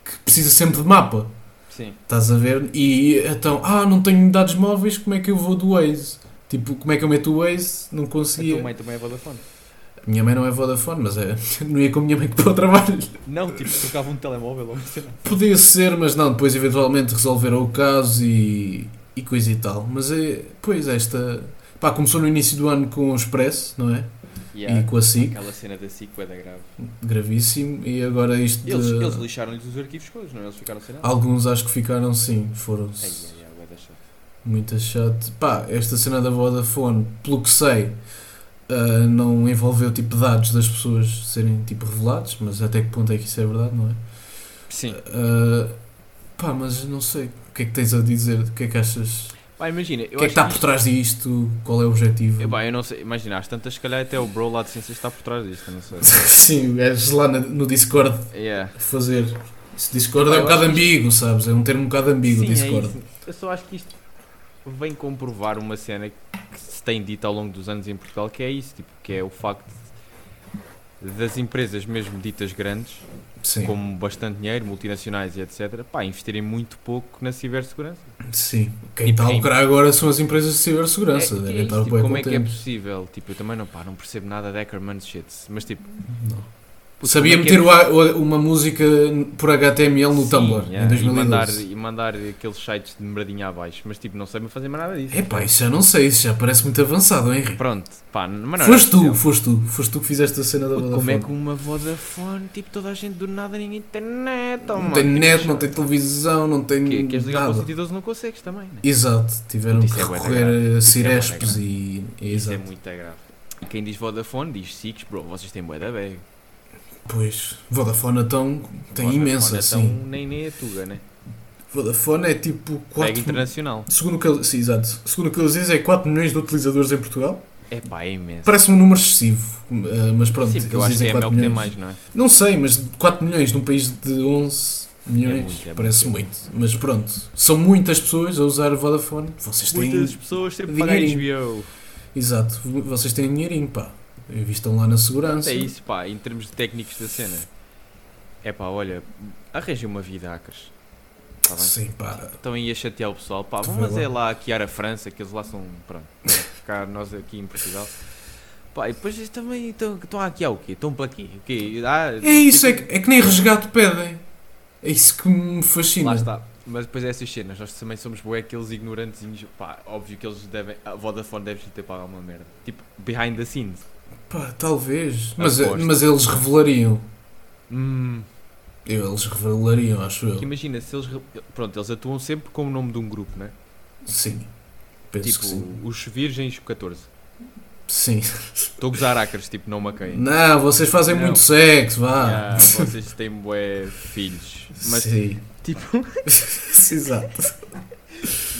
C: que precisa sempre de mapa.
B: Sim.
C: Estás a ver? E então, ah, não tenho dados móveis, como é que eu vou do Waze? Tipo, como é que eu meto o Waze? Não
B: A
C: conseguia.
B: tua mãe também é Vodafone.
C: Minha mãe não é Vodafone, mas é. Não ia com a minha mãe para o trabalho.
B: Não, tipo, trocava um telemóvel ou uma cena.
C: Podia ser, mas não, depois eventualmente resolveram o caso e, e coisa e tal. Mas é. Pois, esta. Pá, começou no início do ano com o Expresso, não é? E
B: Yeah.
C: com a SIC,
B: Aquela cena da SIC é da grave.
C: gravíssimo. E agora isto. de- Ah.
B: Eles, eles lixaram-lhes os arquivos todos, não? é? Eles ficaram sem nada.
C: Alguns acho que ficaram sim, foram.
B: Ai, ai, ai, vai deixar.
C: Muito chato. Pá, esta cena da Vodafone, pelo que sei, ah, não envolveu tipo dados das pessoas serem tipo revelados, mas até que ponto é que isso é verdade, não é?
B: Sim.
C: Ah, pá, mas não sei. O que é que tens a dizer? O que é que achas?
B: Pá, imagina, eu
C: o que é que está por trás disto? Qual é o objetivo?
B: Epá, eu não sei, imagina, às tantas, se calhar até o bro lá de ciências está por trás disto, eu não sei.
C: Sim, o gajo lá na- no Discord
B: Yeah.
C: a fazer. Esse Discord é
B: Eu
C: um bocado
B: acho que-
C: ambíguo, sabes? É um termo um bocado ambíguo,
B: Sim, é
C: Discord.
B: isso. eu só acho que isto vem comprovar uma cena que se tem dito ao longo dos anos em Portugal, que é isso, tipo, que é o facto das empresas mesmo ditas grandes,
C: Sim,
B: com bastante dinheiro, multinacionais e etc, pá, investirem muito pouco na cibersegurança.
C: sim. Quem
B: Tipo,
C: está a
B: quem-
C: lucrar agora são as empresas de cibersegurança.
B: É, que é
C: Devem
B: isso,
C: estar
B: tipo,
C: bem
B: como é que é
C: contentes.
B: possível? Tipo, eu também não, pá, não percebo nada de Ackerman shit, mas tipo...
C: Não.
B: puto,
C: Sabia
B: como é que é
C: meter o a- o a- uma música por HTML no
B: Sim,
C: Tumblr
B: yeah,
C: em
B: e mandar,
C: 2012.
B: e mandar aqueles sites de merdinha abaixo, mas tipo, não sei fazer mais nada disso.
C: Epá, isso já não sei, isso já parece muito avançado, hein, Henrique.
B: Pronto, pá, mas não
C: É. Foste
B: era
C: tu,
B: possível.
C: foste tu, foste tu que fizeste a cena da
B: Puto,
C: Vodafone.
B: Como é que uma Vodafone, tipo, toda a gente do nada, ninguém tem net, oh,
C: Não
B: mano,
C: tem
B: tipo,
C: net, não
B: chato.
C: tem televisão, não tem
B: Que- é, Queres ligar para o
C: nada.
B: 112, não consegues também, né?
C: Exato, tiveram
B: Isso
C: que
B: é bué da
C: recorrer a
B: Isso é bué da
C: Cirespes
B: grave.
C: e... e
B: Isso é
C: Exato.
B: muito grave. E quem diz Vodafone diz Six, bro, vocês têm bué da bag.
C: Pois, Vodafone então tem
B: Vodafone
C: imensa,
B: então,
C: sim.
B: nem, nem é tuga, né?
C: Vodafone é tipo
B: Pega
C: 4...
B: internacional.
C: Segundo o que eles- sim, exato. Segundo o que eles dizem, é 4 milhões de utilizadores em Portugal.
B: É pá, é imenso.
C: Parece um número excessivo, ah, mas pronto,
B: Sim, porque eu
C: eles
B: acho que
C: dizem
B: é a
C: 4
B: que tem
C: milhões.
B: mais, não é?
C: Não sei, mas 4 milhões num país de 11 milhões
B: É muito, é
C: parece
B: muito.
C: muito. Mas pronto, são muitas pessoas a usar Vodafone. Vocês têm.
B: Muitas pessoas sempre
C: pagam
B: pagam
C: dinheirinho.
B: HBO.
C: Exato, vocês têm dinheirinho, pá. Investam lá na segurança.
B: É isso, pá, em termos de técnicos da cena. É pá, olha, arranjem uma vida, Acres. Tá bem?
C: Sim, pá.
B: Estão aí a chatear o pessoal, pá,
C: Tu
B: vão, mas
C: vê lá.
B: é lá aqui a França, que eles lá são, pronto, cá nós aqui em Portugal. Pá, e depois eles também estão estão aqui ao quê? Estão para aqui? O quê? Ah,
C: É isso, é que, é que nem resgate pedem. É isso que me fascina.
B: Lá está. Mas depois é essas cenas, nós também somos bué aqueles ignorantezinhos, pá, óbvio que eles devem, a Vodafone deve ter pago alguma merda. Tipo, behind the scenes.
C: Pá, talvez. Mas, eh,
B: Aposto.
C: mas eles revelariam.
B: Hum,
C: Eu, eles revelariam, acho
B: porque
C: eu.
B: imagina, se eles. re- Pronto, eles atuam sempre com o nome de um grupo, né?
C: Sim. Penso
B: tipo,
C: que sim.
B: os Virgens 14.
C: Sim.
B: Estou a gozar hackers, tipo, não maquei.
C: Não, vocês fazem
B: Não.
C: muito sexo, vá.
B: Yeah, vocês têm bué filhos. Mas,
C: Sim.
B: tipo,
C: Sim, Exato.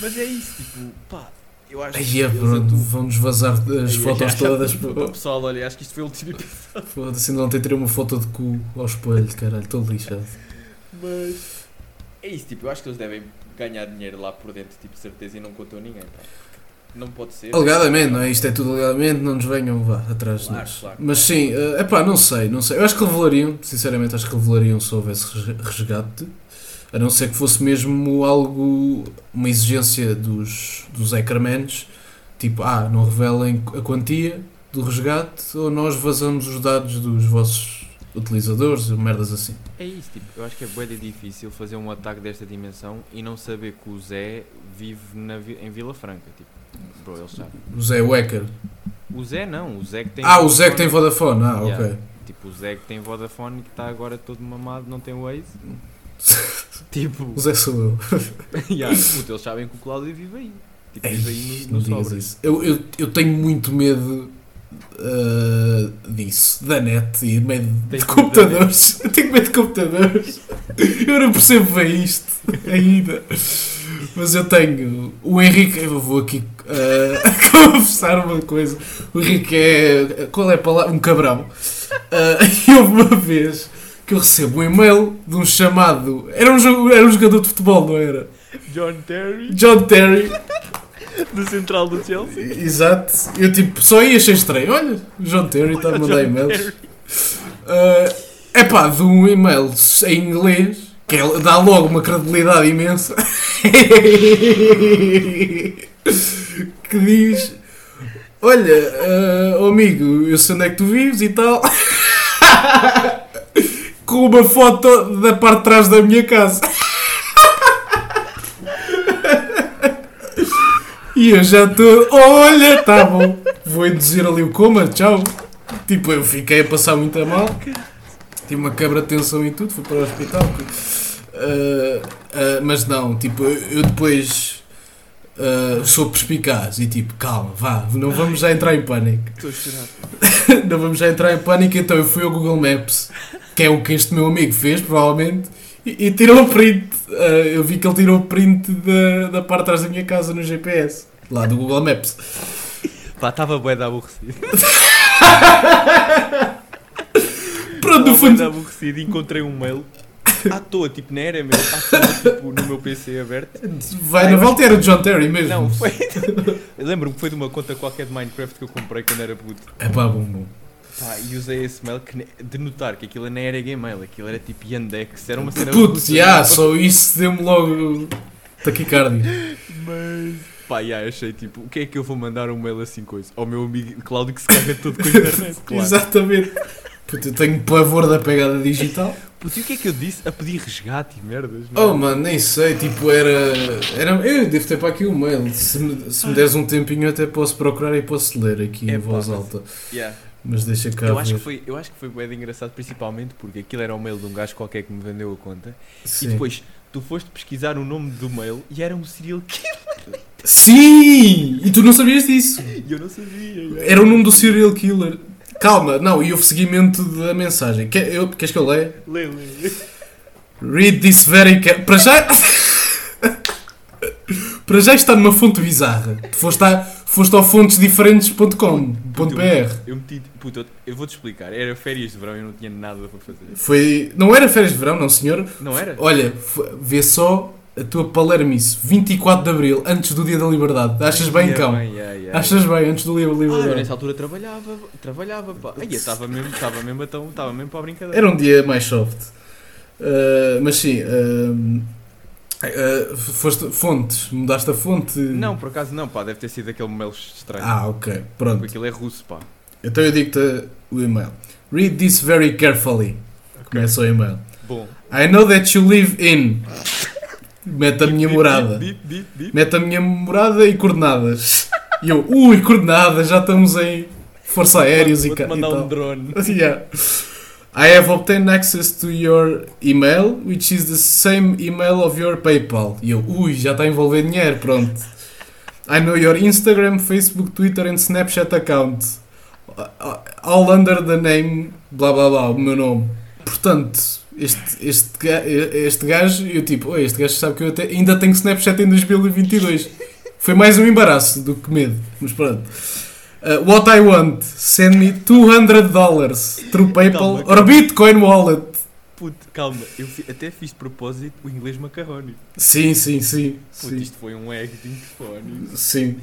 B: mas é isso, tipo, pá, eu é acho
C: Aí é
B: eles
C: pronto,
B: atuam-
C: vamos vazar as
B: Ai,
C: fotos
B: ai,
C: todas.
B: O pessoal, olha, acho que isto foi o último episódio.
C: Foda-se, ainda ontem tirei uma foto de cu ao espelho, caralho, estou lixado.
B: Mas é isso, tipo, eu acho que eles devem ganhar dinheiro lá por dentro, tipo, de certeza, e não contam a ninguém, pá. Não pode ser.
C: Alegadamente, não é? Isto é tudo alegadamente, não nos venham vá atrás de
B: Claro,
C: nós.
B: claro.
C: Mas sim, é epá, não sei, não sei. Eu acho que revelariam, sinceramente, acho que revelariam se houvesse res- resgate. A não ser que fosse mesmo algo, uma exigência dos, dos Eckermans, tipo, ah, não revelem a quantia do resgate ou nós vazamos os dados dos vossos utilizadores, merdas assim.
B: É isso, tipo, eu acho que é bué de difícil fazer um ataque desta dimensão e não saber que o Zé vive na vi- em Vila Franca, tipo, bro, ele sabe.
C: O Zé Wecker.
B: O Zé não, o Zé que tem...
C: Ah, o Zé que tem
B: Vodafone.
C: Vodafone, ah,
B: Yeah.
C: ok.
B: Tipo, o Zé que tem Vodafone que está agora todo mamado, não tem Waze. tipo,
C: O Zé sou eu.
B: yeah, puto, eles sabem que o Cláudio vive aí. Tipo,
C: Ei,
B: vive aí no,
C: não
B: no
C: digas
B: sobre.
C: É isso. Eu, eu, eu tenho muito medo uh, disso, da net e medo
B: Tens medo da
C: de computadores. Eu tenho medo de computadores. eu não percebo bem isto ainda. Mas eu tenho. O Henrique. Eu vou aqui uh, confessar uma coisa. O Henrique é. Qual é a palavra? Um cabrão. Uh, e houve uma vez que eu recebo um e-mail de um chamado. Era um, jo- era um jogador de futebol, não era?
B: John Terry,
C: John Terry.
B: do Central do Chelsea.
C: Exato. Eu tipo, só aí achei estranho. Olha, o John Terry está a mandar e-mails. É pá, de um e-mail em inglês, que é- dá logo uma credibilidade imensa, que diz: Olha, ah, oh amigo, eu sei onde é que tu vives e tal. Com uma foto da parte de trás da minha casa. E eu já estou. Olha, tá bom. Vou induzir ali o coma, tchau. Tipo, eu fiquei a passar muito a mal. Tive uma quebra de tensão e tudo, fui para o hospital. Ah, ah, mas não, tipo, eu eu depois ah, sou perspicaz e tipo, calma, vá, não vamos já entrar em pânico.
B: Estou a chorar.
C: Não vamos já entrar em pânico, então eu fui ao Google Maps, que é o que este meu amigo fez, provavelmente, e, e tirou o print. Ah, eu vi que ele tirou o print da, da parte de trás da minha casa no GPS, lá do Google Maps.
B: Pá, estava bué de aborrecido.
C: Pronto,
B: Estava bué
C: no
B: de
C: fundo,
B: aborrecido e encontrei um mail à toa, tipo, não era meu, à toa, tipo, no meu PC aberto.
C: vai na volta era John Terry mesmo.
B: Não, foi. Eu Lembro-me que foi de uma conta qualquer de Minecraft que eu comprei quando era puto.
C: É pá, bom, bom.
B: Pá, e usei esse mail que, ne- de notar que aquilo não era Gmail, aquilo era tipo Yandex, era uma cena.
C: Putz,
B: russa.
C: já, só isso deu-me logo taquicardia.
B: Mas. Pá, já, achei tipo, o que é que eu vou mandar um mail assim coisa? Ao meu amigo Cláudio que se caga todo com a internet, claro.
C: Exatamente. Puta, eu tenho pavor da pegada digital.
B: Putz, e o que é que eu disse? A pedir resgate e merdas, não é?
C: Oh mano, nem sei, tipo, era. era eu devo ter para aqui o mail. Se me, se me des um tempinho, eu até posso procurar e posso ler aqui em
B: É pá,
C: voz
B: mas-
C: alta.
B: Yeah.
C: Mas deixa cá.
B: Eu acho,
C: ver.
B: que foi, eu acho que foi bué de engraçado, principalmente porque aquilo era o mail de um gajo qualquer que me vendeu a conta.
C: Sim.
B: E depois tu foste pesquisar o nome do mail e era um serial killer.
C: Sim! E tu não sabias disso?
B: E eu não sabia.
C: Era o nome do serial killer. Calma, não, e houve seguimento da mensagem. Quer, eu, queres que eu leia?
B: Lê, lê.
C: Read this very carefully. Para já. Para já está numa fonte bizarra. Tu Foste, a, foste ao fontesdiferentes.com.br.
B: Eu meti. Puta, eu vou te explicar. Era férias de verão e eu não tinha nada para fazer.
C: Foi. Não era férias de verão, não, senhor.
B: Não era?
C: Olha, f- vê só a tua palermice. 24 de abril, antes do dia da liberdade. Achas bem,
B: Ai,
C: cão?
B: ai, ai, ai.
C: Achas bem, antes do dia da
B: Ah, eu
C: liberdade.
B: nessa altura trabalhava, trabalhava, pá. Aí eu estava mesmo, estava mesmo, tão, estava mesmo para a brincadeira.
C: Era um dia mais soft. Ah, mas sim. ah, ah, foste fontes. Mudaste a fonte.
B: Não, por acaso não, pá. Deve ter sido aquele mail estranho.
C: Ah, ok. Pronto.
B: Porque aquilo é russo, pá.
C: Então eu digo-te o e-mail. Read this very carefully. Começa o e-mail.
B: Bom.
C: I know that you live in. Mete a É minha morada.
B: Dip, dip, dip, dip.
C: Mete a minha morada e coordenadas. E eu, ui, coordenadas, já estamos em Força Aéreos e,
D: Vou-te
C: ca- e
D: mandar um
C: tal.
D: drone.
C: Yeah. I have obtained access to your email, which is the same email of your PayPal. E eu, ui, já está a envolver dinheiro, pronto. I know your Instagram, Facebook, Twitter and Snapchat account. All under the name, blá blá blá, o meu nome. Portanto, este, este, ga- este gajo, eu tipo, "Oi, este gajo sabe que eu até- ainda tenho Snapchat em 2022. Foi mais um embaraço do que medo, mas pronto. Uh, what I want, send me 200 dollars through PayPal
D: Calma,
C: or
D: calma.
C: Bitcoin wallet.
D: Puto, calma, eu fi- até fiz de propósito o inglês macarrónico.
C: Sim, sim, sim.
B: Puto,
C: Sim,
B: isto foi um acting fone.
C: sim.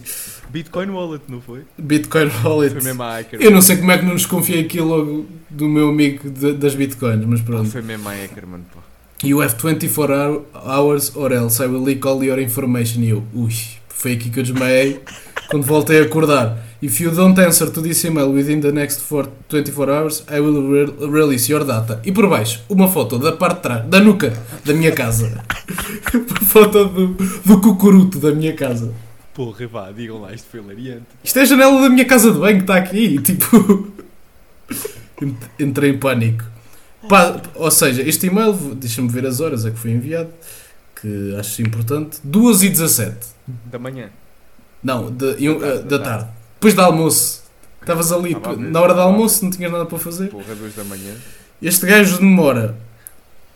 D: Bitcoin Wallet, não foi?
C: Bitcoin
B: Foi
C: wallet.
B: mesmo a hacker.
C: Eu não sei como é que não desconfiei aqui logo do meu amigo de- das Bitcoins, mas
B: Pá,
C: pronto.
B: Foi mesmo a hacker, mano. Pá.
C: You have 24 hou- hours or else I will leak all your information. E eu, ui, foi aqui que eu desmaiei quando voltei a acordar. If you don't answer to this email within the next four- 24 hours, I will re- release your data. E por baixo, uma foto da parte de trás, da nuca da minha casa. Uma foto do, do cucuruto da minha casa.
B: Porra, vá, digam lá, isto foi hilariante.
C: Isto é a janela da minha casa de banho, está aqui. Tipo. Ent- Entrei em pânico. Pá, ou seja, este e-mail, deixa-me ver as horas a que foi enviado, que acho importante. 2 e 17.
B: Da manhã.
C: Não, de- e um-
B: Da tarde,
C: ah, da
B: da
C: tarde. Depois do almoço. Estavas ali
B: Estava a ver,
C: na hora do
B: estava a ver.
C: almoço, não tinhas nada para fazer.
B: Porra, duas da manhã.
C: Este gajo demora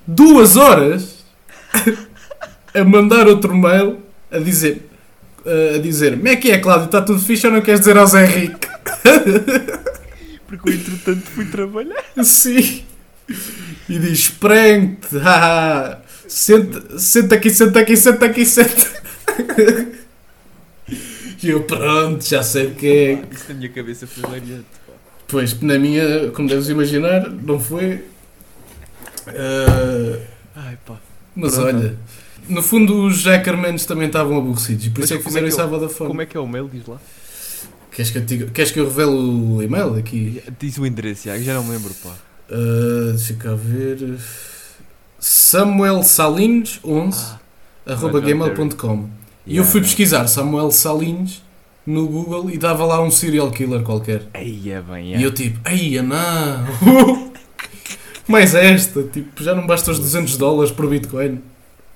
C: 2 horas a mandar outro mail a dizer. A dizer, como é que é, Cláudio? Está tudo fixe ou não queres dizer ao Zé Henrique?
D: Porque eu, entretanto, fui trabalhar.
C: Sim. E diz: prende-te, haha. senta, senta aqui, senta aqui, senta aqui, senta. E eu, pronto, já sei o que é.
B: Pá, Isso na minha cabeça foi hilariante. Pá.
C: Pois, na minha, como deves imaginar, não foi. Ah,
D: Ai pá.
C: mas
B: Pronto.
C: olha, no fundo os Jackermans também estavam aborrecidos e por
B: Mas
C: isso é que
B: como é
C: fizeram
B: que
C: isso à
B: eu-
C: Vodafone.
B: Como é que é o mail? Diz lá.
C: Queres, que eu te diga- queres que eu revele o e-mail aqui?
B: É, Diz o endereço, já, eu já não me lembro, pá.
C: Ah, deixa cá ver. Samuel Salines, 11. arroba
B: Não é John
C: gmail.com e eu fui pesquisar Samuel Salins no Google e dava lá um serial killer qualquer
B: Aí é bem,
C: e eu tipo, ai não mais esta, tipo, já não basta os 200 dólares por Bitcoin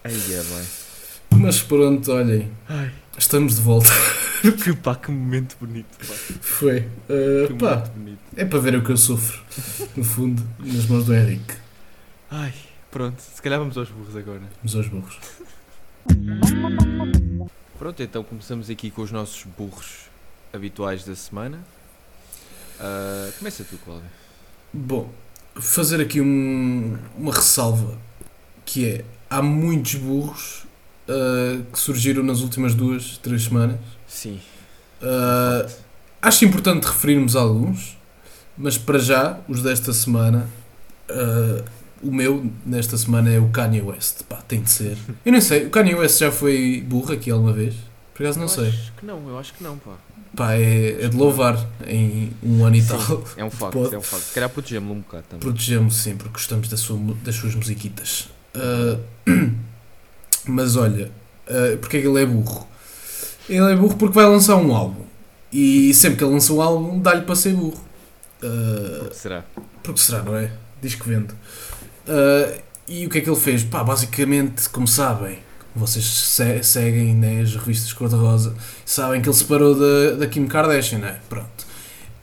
B: Aí é bem.
C: mas pronto, olhem estamos de volta
D: Que pá, que momento bonito. Pá.
C: foi, Uh,
D: Que
C: pá,
D: momento bonito.
C: é para ver o que eu sofro no fundo, nas mãos do Henrique
B: Ai, pronto, se calhar vamos aos burros agora.
C: nos aos burros
B: Pronto, então começamos aqui com os nossos burros habituais da semana. Ah, começa tu, Cláudio.
C: Bom, fazer aqui um- uma ressalva que é há muitos burros ah, que surgiram nas últimas duas, três semanas.
B: Sim.
C: Ah, acho importante referirmos alguns, mas para já, os desta semana, ah, o meu nesta semana é o Kanye West. Pá, tem de ser. Eu nem sei, o Kanye West já foi burro aqui alguma vez? Por acaso não
B: eu
C: sei.
B: Acho que não, eu acho que não, pá.
C: Pá, é, é de louvar em um ano e
B: Sim.
C: tal.
B: É um facto,
C: Pode.
B: é um facto. Se calhar protegemos-lo um bocado também.
C: Protegemos sempre, gostamos da sua mu- das suas musiquitas. Ah, mas olha, ah, porque é que ele é burro? Ele é burro porque vai lançar um álbum. E sempre que ele lança um álbum, dá-lhe para ser burro. Ah,
B: Porque será?
C: porque será, não é? Diz que vende. Ah, e o que é que ele fez? Pá, basicamente, como sabem, vocês se- seguem né, as revistas cor-de-rosa, sabem que ele separou da, da Kim Kardashian, não é? Pronto.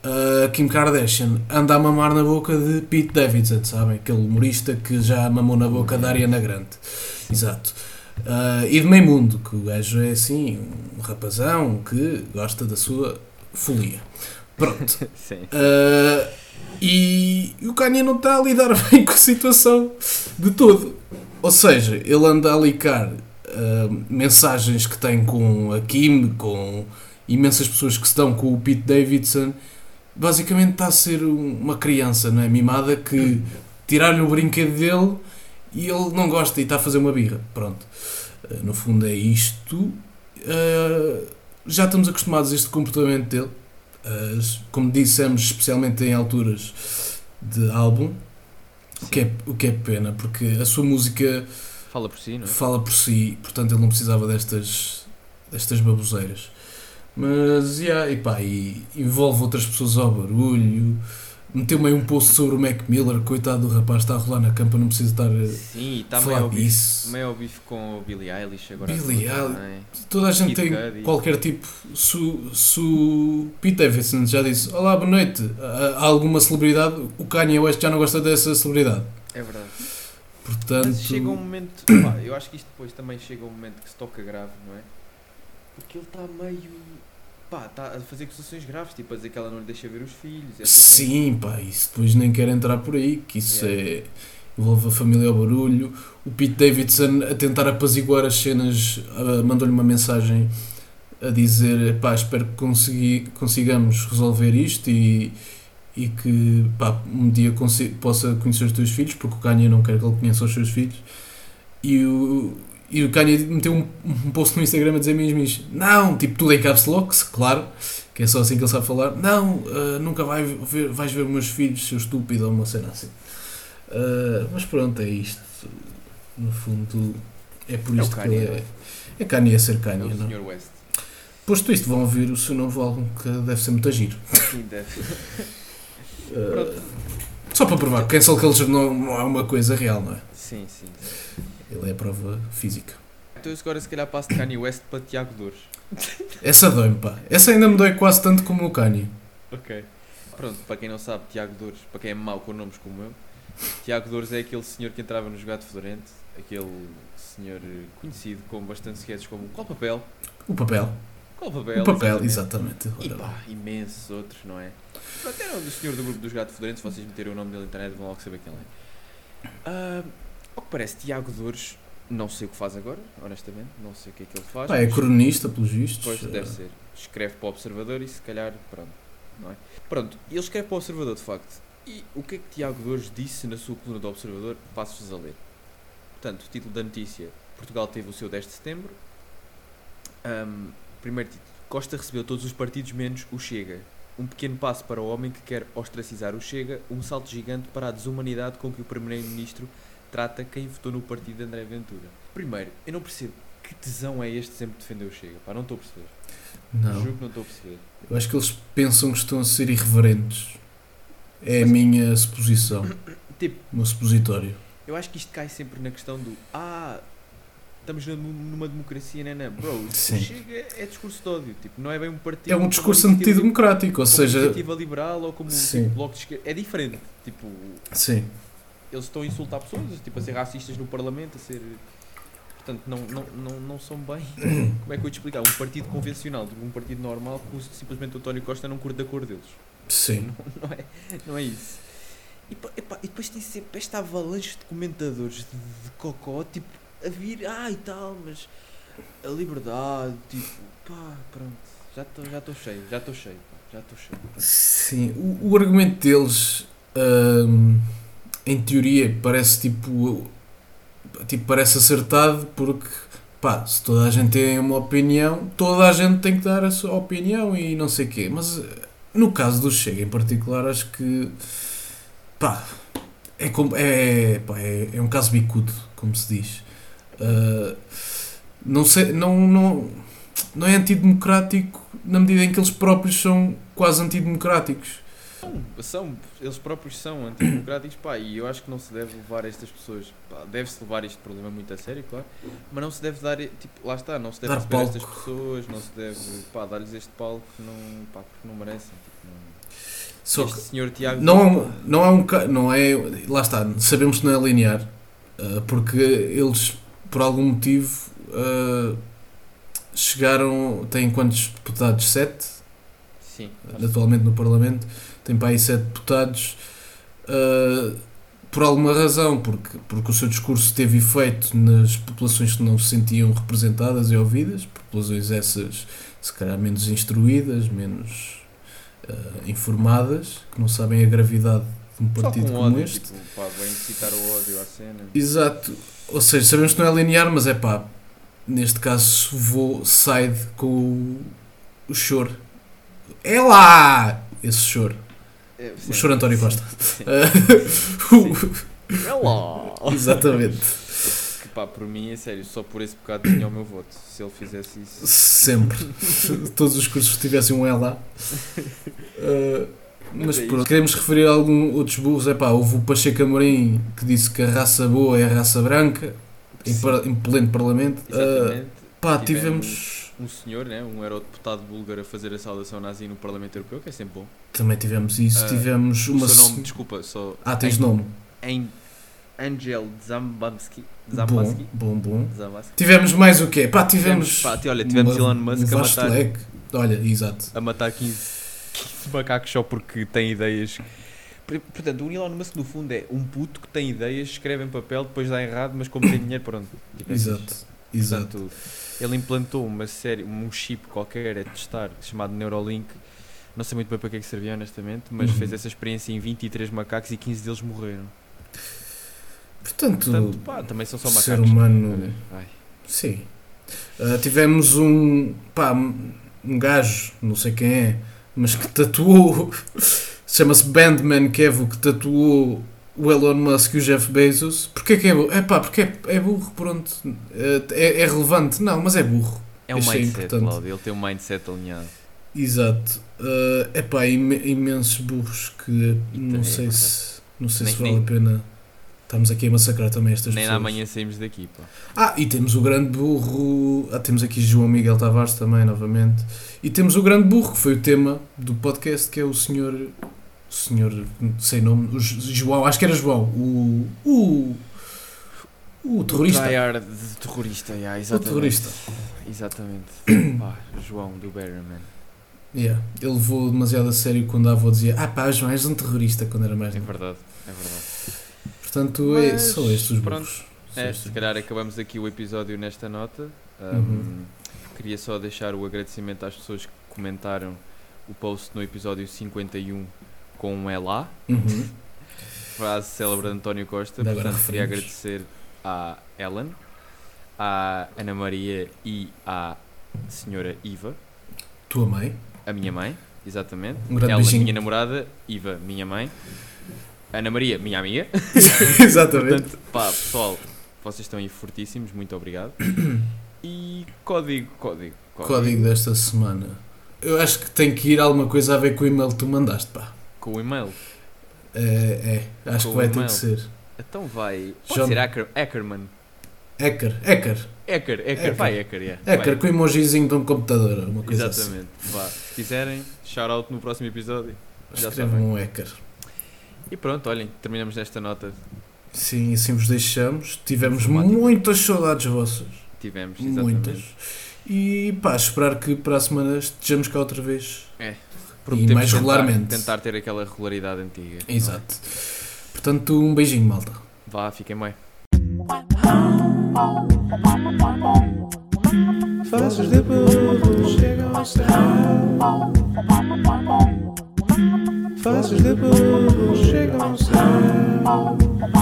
C: Ah, Kim Kardashian anda a mamar na boca de Pete Davidson, sabem? Aquele humorista que já mamou na boca da Ariana Grande. Exato. Ah, e de meio mundo, que o gajo é assim, um rapazão que gosta da sua folia. Pronto.
B: Sim.
C: Uh, e o Kanye não está a lidar bem com a situação de todo. Ou seja, ele anda a licar uh, mensagens que tem com a Kim, com imensas pessoas que estão com o Pete Davidson. Basicamente está a ser um- uma criança, não é? Mimada que tiraram o brinquedo dele e ele não gosta e está a fazer uma birra. Pronto. Uh, no fundo é isto. Uh, já estamos acostumados a este comportamento dele. As- Ah, como dissemos, especialmente em alturas de álbum, o que, é, o que é pena, porque a sua música
B: Fala por si, não é?
C: fala por si, portanto ele não precisava destas, destas baboseiras. Mas, yeah, e pá, e envolve outras pessoas ao barulho. Meteu meio um post sobre o Mac Miller, coitado do rapaz, está a rolar na campa, não precisa estar a
B: Sim, e está
C: falar
B: meio bife,
C: disso.
B: meio ao bife com o Billie Eilish agora.
C: Billie
B: tudo,
C: Eil-
B: não é?
C: Toda a gente
B: Kid
C: tem
B: Cudi.
C: qualquer tipo. Se o- se o Pete Davidson já disse Olá, boa noite, a, a alguma celebridade, o Kanye West já não gosta dessa celebridade.
B: É verdade.
C: Portanto,
B: Mas chega um momento, pá, eu acho que isto depois também chega um momento que se toca grave, não é? Porque ele está meio. pá, está a fazer acusações graves, tipo a dizer que ela não lhe deixa ver os filhos. é essas coisas.
C: Sim, pá, isso depois nem quero entrar por aí, que isso é. envolve a família ao barulho. O Pete Davidson a tentar apaziguar as cenas, ah, mandou-lhe uma mensagem a dizer: pá, espero que consegui, consigamos resolver isto e, e que pá, um dia consi- possa conhecer os teus filhos, porque o Kanye não quer que ele conheça os seus filhos. E o, e o Kanye meteu um, um post no Instagram a dizer mesmo isto: não, tipo tudo em caps locks, claro que é só assim que ele sabe falar. Não, ah, nunca vai ver, vais ver meus filhos, seu estúpido, ou uma cena assim. Ah, mas pronto, é isto. No fundo, é por
B: É o
C: isto que
B: Kanye,
C: ele
B: não é?
C: é. É Kanye a ser
B: É
C: Kanye,
B: o
C: não?
B: Sr. West.
C: Posto isto, vão ouvir o seu novo álbum que deve ser muito giro.
B: Sim, deve.
C: Ah,
B: Pronto.
C: só para provar, que cancel culture não, não é uma coisa real, não é?
B: Sim, sim. sim.
C: Ele é a prova física.
B: Então eu agora se calhar passo de Kanye West para Tiago Dores.
C: Essa dói-me, pá. Essa ainda me dói quase tanto como o Kanye.
B: Ok. Pronto, para quem não sabe, Tiago Dores, para quem é mau com nomes como eu, Tiago Dores é aquele senhor que entrava no Jogado Fedorento, aquele senhor conhecido com bastantes sketches como Qual Papel?
C: O papel.
B: Qual Papel?
C: o papel,
B: exatamente.
C: exatamente.
B: E
C: Ora,
B: pá, imensos outros, não é? Pronto, era um do senhor do grupo dos Gato Fedorento, se vocês meterem o nome dele na internet vão logo saber quem ele é. Ah, ao que parece, Tiago Dores, não sei o que faz agora, honestamente, não sei o que é que ele faz.
C: pá, é
B: mas
C: cronista, pelos vistos.
B: depois
C: Ah,
B: deve ser. Escreve para o Observador e se calhar, pronto, não é? Pronto, ele escreve para o Observador, de facto. E o que é que Tiago Dores disse na sua coluna do Observador? Passo-vos a ler. Portanto, o título da notícia, Portugal teve o seu 10 de setembro. Ahm, primeiro título, Costa recebeu todos os partidos menos o Chega. Um pequeno passo para o homem que quer ostracizar o Chega, um salto gigante para a desumanidade com que o Primeiro-Ministro trata quem votou no partido de André Ventura. Primeiro, eu não percebo que tesão é este de sempre defender o Chega, pá, não estou a perceber.
C: Eh, Não.
B: Juro que não estou a perceber.
C: Eu acho que eles pensam que estão a ser irreverentes. É a
B: Mas-
C: minha suposição.
B: Tipo-
C: O meu supositório.
B: Eu acho que isto cai sempre na questão do ah, estamos num- numa democracia, né, né? Bro, o
C: Sim.
B: Chega é discurso de ódio, tipo, não é bem um partido.
C: É um
B: como
C: discurso
B: iniciativa-
C: antidemocrático, ou
B: como um
C: seja,
B: iniciativa liberal ou como
C: Sim.
B: tipo, bloco de esquerda. É diferente. Tipo,
C: sim.
B: eles estão a insultar pessoas, tipo, a ser racistas no Parlamento, a ser. Portanto, não, não, não, não são bem. Como é que eu ia te explicar? Um partido convencional, de um partido normal, que o- simplesmente o António Costa não curte da cor deles.
C: Sim.
B: Não é, não é isso. E, pa- epá, e depois tem sempre esta avalanche de comentadores de, de cocó, tipo, a vir, ah e tal, mas a liberdade, tipo, pá, pronto, já estou já tô cheio, já estou cheio, pá, já estou cheio.
C: Sim. O, o argumento deles, hum, em teoria, parece tipo. Tipo, parece acertado porque. Pá, se toda a gente tem uma opinião, toda a gente tem que dar a sua opinião e não sei quê. Mas eh, no caso do Chega em particular, acho que. Pá, é, como, é, pá, é, é um caso bicudo, como se diz. Ah, não sei, não, não, não é antidemocrático na medida em que eles próprios são quase antidemocráticos.
B: São, são, eles próprios são antidemocráticos, pá, e eu acho que não se deve levar estas pessoas, pá, deve-se levar este problema muito a sério, claro, mas não se deve dar, tipo, lá está, não se deve
C: Dar
B: receber
C: palco.
B: estas pessoas, não se deve, pá, dar-lhes este palco, não, pá, porque não merecem, tipo, não...
C: Só que
B: Este senhor Tiago...
C: não é, um, não é um ca- não é lá está sabemos que não é linear ah, porque eles por algum motivo ah, chegaram têm quantos deputados sete
B: Sim,
C: atualmente no Parlamento, tem para aí sete deputados, ah, por alguma razão, porque, porque o seu discurso teve efeito nas populações que não se sentiam representadas e ouvidas, populações essas, se calhar, menos instruídas, menos ah, informadas, que não sabem a gravidade de um partido
B: Só com
C: como
B: ódio,
C: este.
B: Tipo, pá, vai incitar o ódio à cena.
C: Exato. Ou seja, sabemos que não é linear, mas é pá. Neste caso, vou side com o, o choro. É lá! Esse choro.
B: É, sim.
C: O choro António
B: Sim.
C: Costa.
B: Sim. É
C: Ah, o-
B: lá!
C: Exatamente.
B: Que Pá, por mim é sério, só por esse bocado tinha o meu voto. Se ele fizesse isso.
C: Sempre. Todos os cursos que tivessem um E lá. Uh, mas
B: é
C: pronto, queremos referir a algum outros burros. É pá, houve o Pacheco Amorim que disse que a raça boa é a raça branca, em,
B: Sim.
C: par- em pleno parlamento. Uh,
B: Exatamente.
C: pá,
B: Tivemos-
C: tivemos.
B: Um senhor, né? um eurodeputado búlgaro a fazer a saudação nazi no Parlamento Europeu, que é sempre bom.
C: Também tivemos isso.
B: Ah,
C: tivemos uma.
B: o seu nome,
C: se-
B: desculpa, só.
C: Ah, tens nome.
B: Em Angel Zambamski.
C: Bom,
B: Zambamski.
C: bom, bom.
B: Zambamski.
C: Tivemos mais o quê? Pá, tivemos.
B: Pá, olha, tivemos
C: uma-
B: Elon Musk
C: um
B: a
C: vasto
B: matar,
C: leque. Olha, exato.
B: a matar 15, 15 macacos só porque tem ideias. Por- Portanto, o Elon Musk no fundo é um puto que tem ideias, escreve em papel, depois dá errado, mas como tem dinheiro, pronto. Tipo, é
C: Exato.
B: fixe.
C: Exato.
B: Portanto, ele implantou uma série, um chip qualquer a testar, chamado Neuralink. Não sei muito bem para que é que servia, honestamente, mas
C: Uhum.
B: fez essa experiência em 23 macacos e 15 deles morreram.
C: Portanto,
B: Portanto, pá, também são só
C: o
B: macacos.
C: ser humano.
B: Olha, ai.
C: Sim. Ah, tivemos um. pá, um gajo, não sei quem é, mas que tatuou. chama-se Bandman Kevo, que tatuou o Elon Musk e o Jeff Bezos. Porquê que é burro? É pá, porque é, é burro, pronto. Ah, É, é relevante? Não, mas é burro.
B: É um
C: Isto é
B: mindset,
C: importante.
B: Cláudio. Ele tem um mindset alinhado.
C: Exato. Ah, É pá, im imensos burros que não
B: É
C: sei
B: verdade.
C: se. não sei se
B: Nem-
C: vale a pena. Estamos aqui a massacrar também estas
B: Nem
C: pessoas.
B: na manhã saímos daqui, pá.
C: Ah, e temos o grande burro. Ah, temos aqui João Miguel Tavares também, novamente. E temos o grande burro, que foi o tema do podcast, que é o senhor. O senhor sem nome. O J- João, acho que era João. O. O. O terrorista.
B: Tryhard de terrorista, yeah,
C: O
B: exatamente.
C: terrorista.
B: Exatamente. Pá, João do Bannerman.
C: Yeah. Ele levou demasiado a sério quando a avó dizia: Ah, pá, João, és um terrorista quando era mais
B: É
C: novo.
B: verdade, é verdade.
C: Portanto, é,
B: Mas,
C: são estes os
B: pronto.
C: burros. São
B: É,
C: estes
B: se
C: os
B: calhar
C: burros.
B: acabamos aqui o episódio nesta nota. Um,
C: Uhum.
B: Queria só deixar o agradecimento às pessoas que comentaram o post no episódio 51 com um Elá,
C: Uhum.
B: frase célebre de António Costa.
C: Ainda
B: Portanto,
C: agora
B: queria
C: referimos.
B: agradecer à Ellen, à Ana Maria e à senhora Iva.
C: Tua mãe.
B: A minha mãe, exatamente.
C: Um grande
B: Ela,
C: beijinho.
B: minha namorada, Iva, minha mãe. Ana Maria, minha amiga.
C: Exatamente.
B: Portanto, pá, pessoal, vocês estão aí fortíssimos, muito obrigado. E código, código, código.
C: Código desta semana. Eu acho que tem que ir alguma coisa a ver com o e-mail que tu mandaste, pá.
B: Com o e-mail.
C: É, é acho
B: Com
C: que vai
B: o
C: ter
B: e-mail.
C: que ser.
B: Então vai. Pode
C: João-
B: ser Acker, Ackerman.
C: Hacker, hacker,
B: Hacker, hacker,
C: Hacker.
B: vai, hacker, yeah.
C: hacker
B: vai.
C: com emojizinho de um computador, uma coisa
B: Exatamente, vá. Se quiserem, shout out no próximo episódio.
C: assim.
B: Já
C: Escreva
B: sabem.
C: um hacker.
B: E pronto, olhem, terminamos nesta nota.
C: Sim, assim vos deixamos. Tivemos
B: Informática.
C: muitas saudades vossas.
B: Tivemos, exatamente.
C: Muitas. E pá, esperar que para a semana estejamos cá outra vez.
B: Prometemos
C: mais
B: tentar-
C: regularmente.
B: Tentar ter aquela regularidade antiga. não é?
C: Exato. Portanto, um beijinho, malta.
B: Vá, fiquem bem.
A: Fases de burro chegam ao céu. Fases de burro chegam ao céu.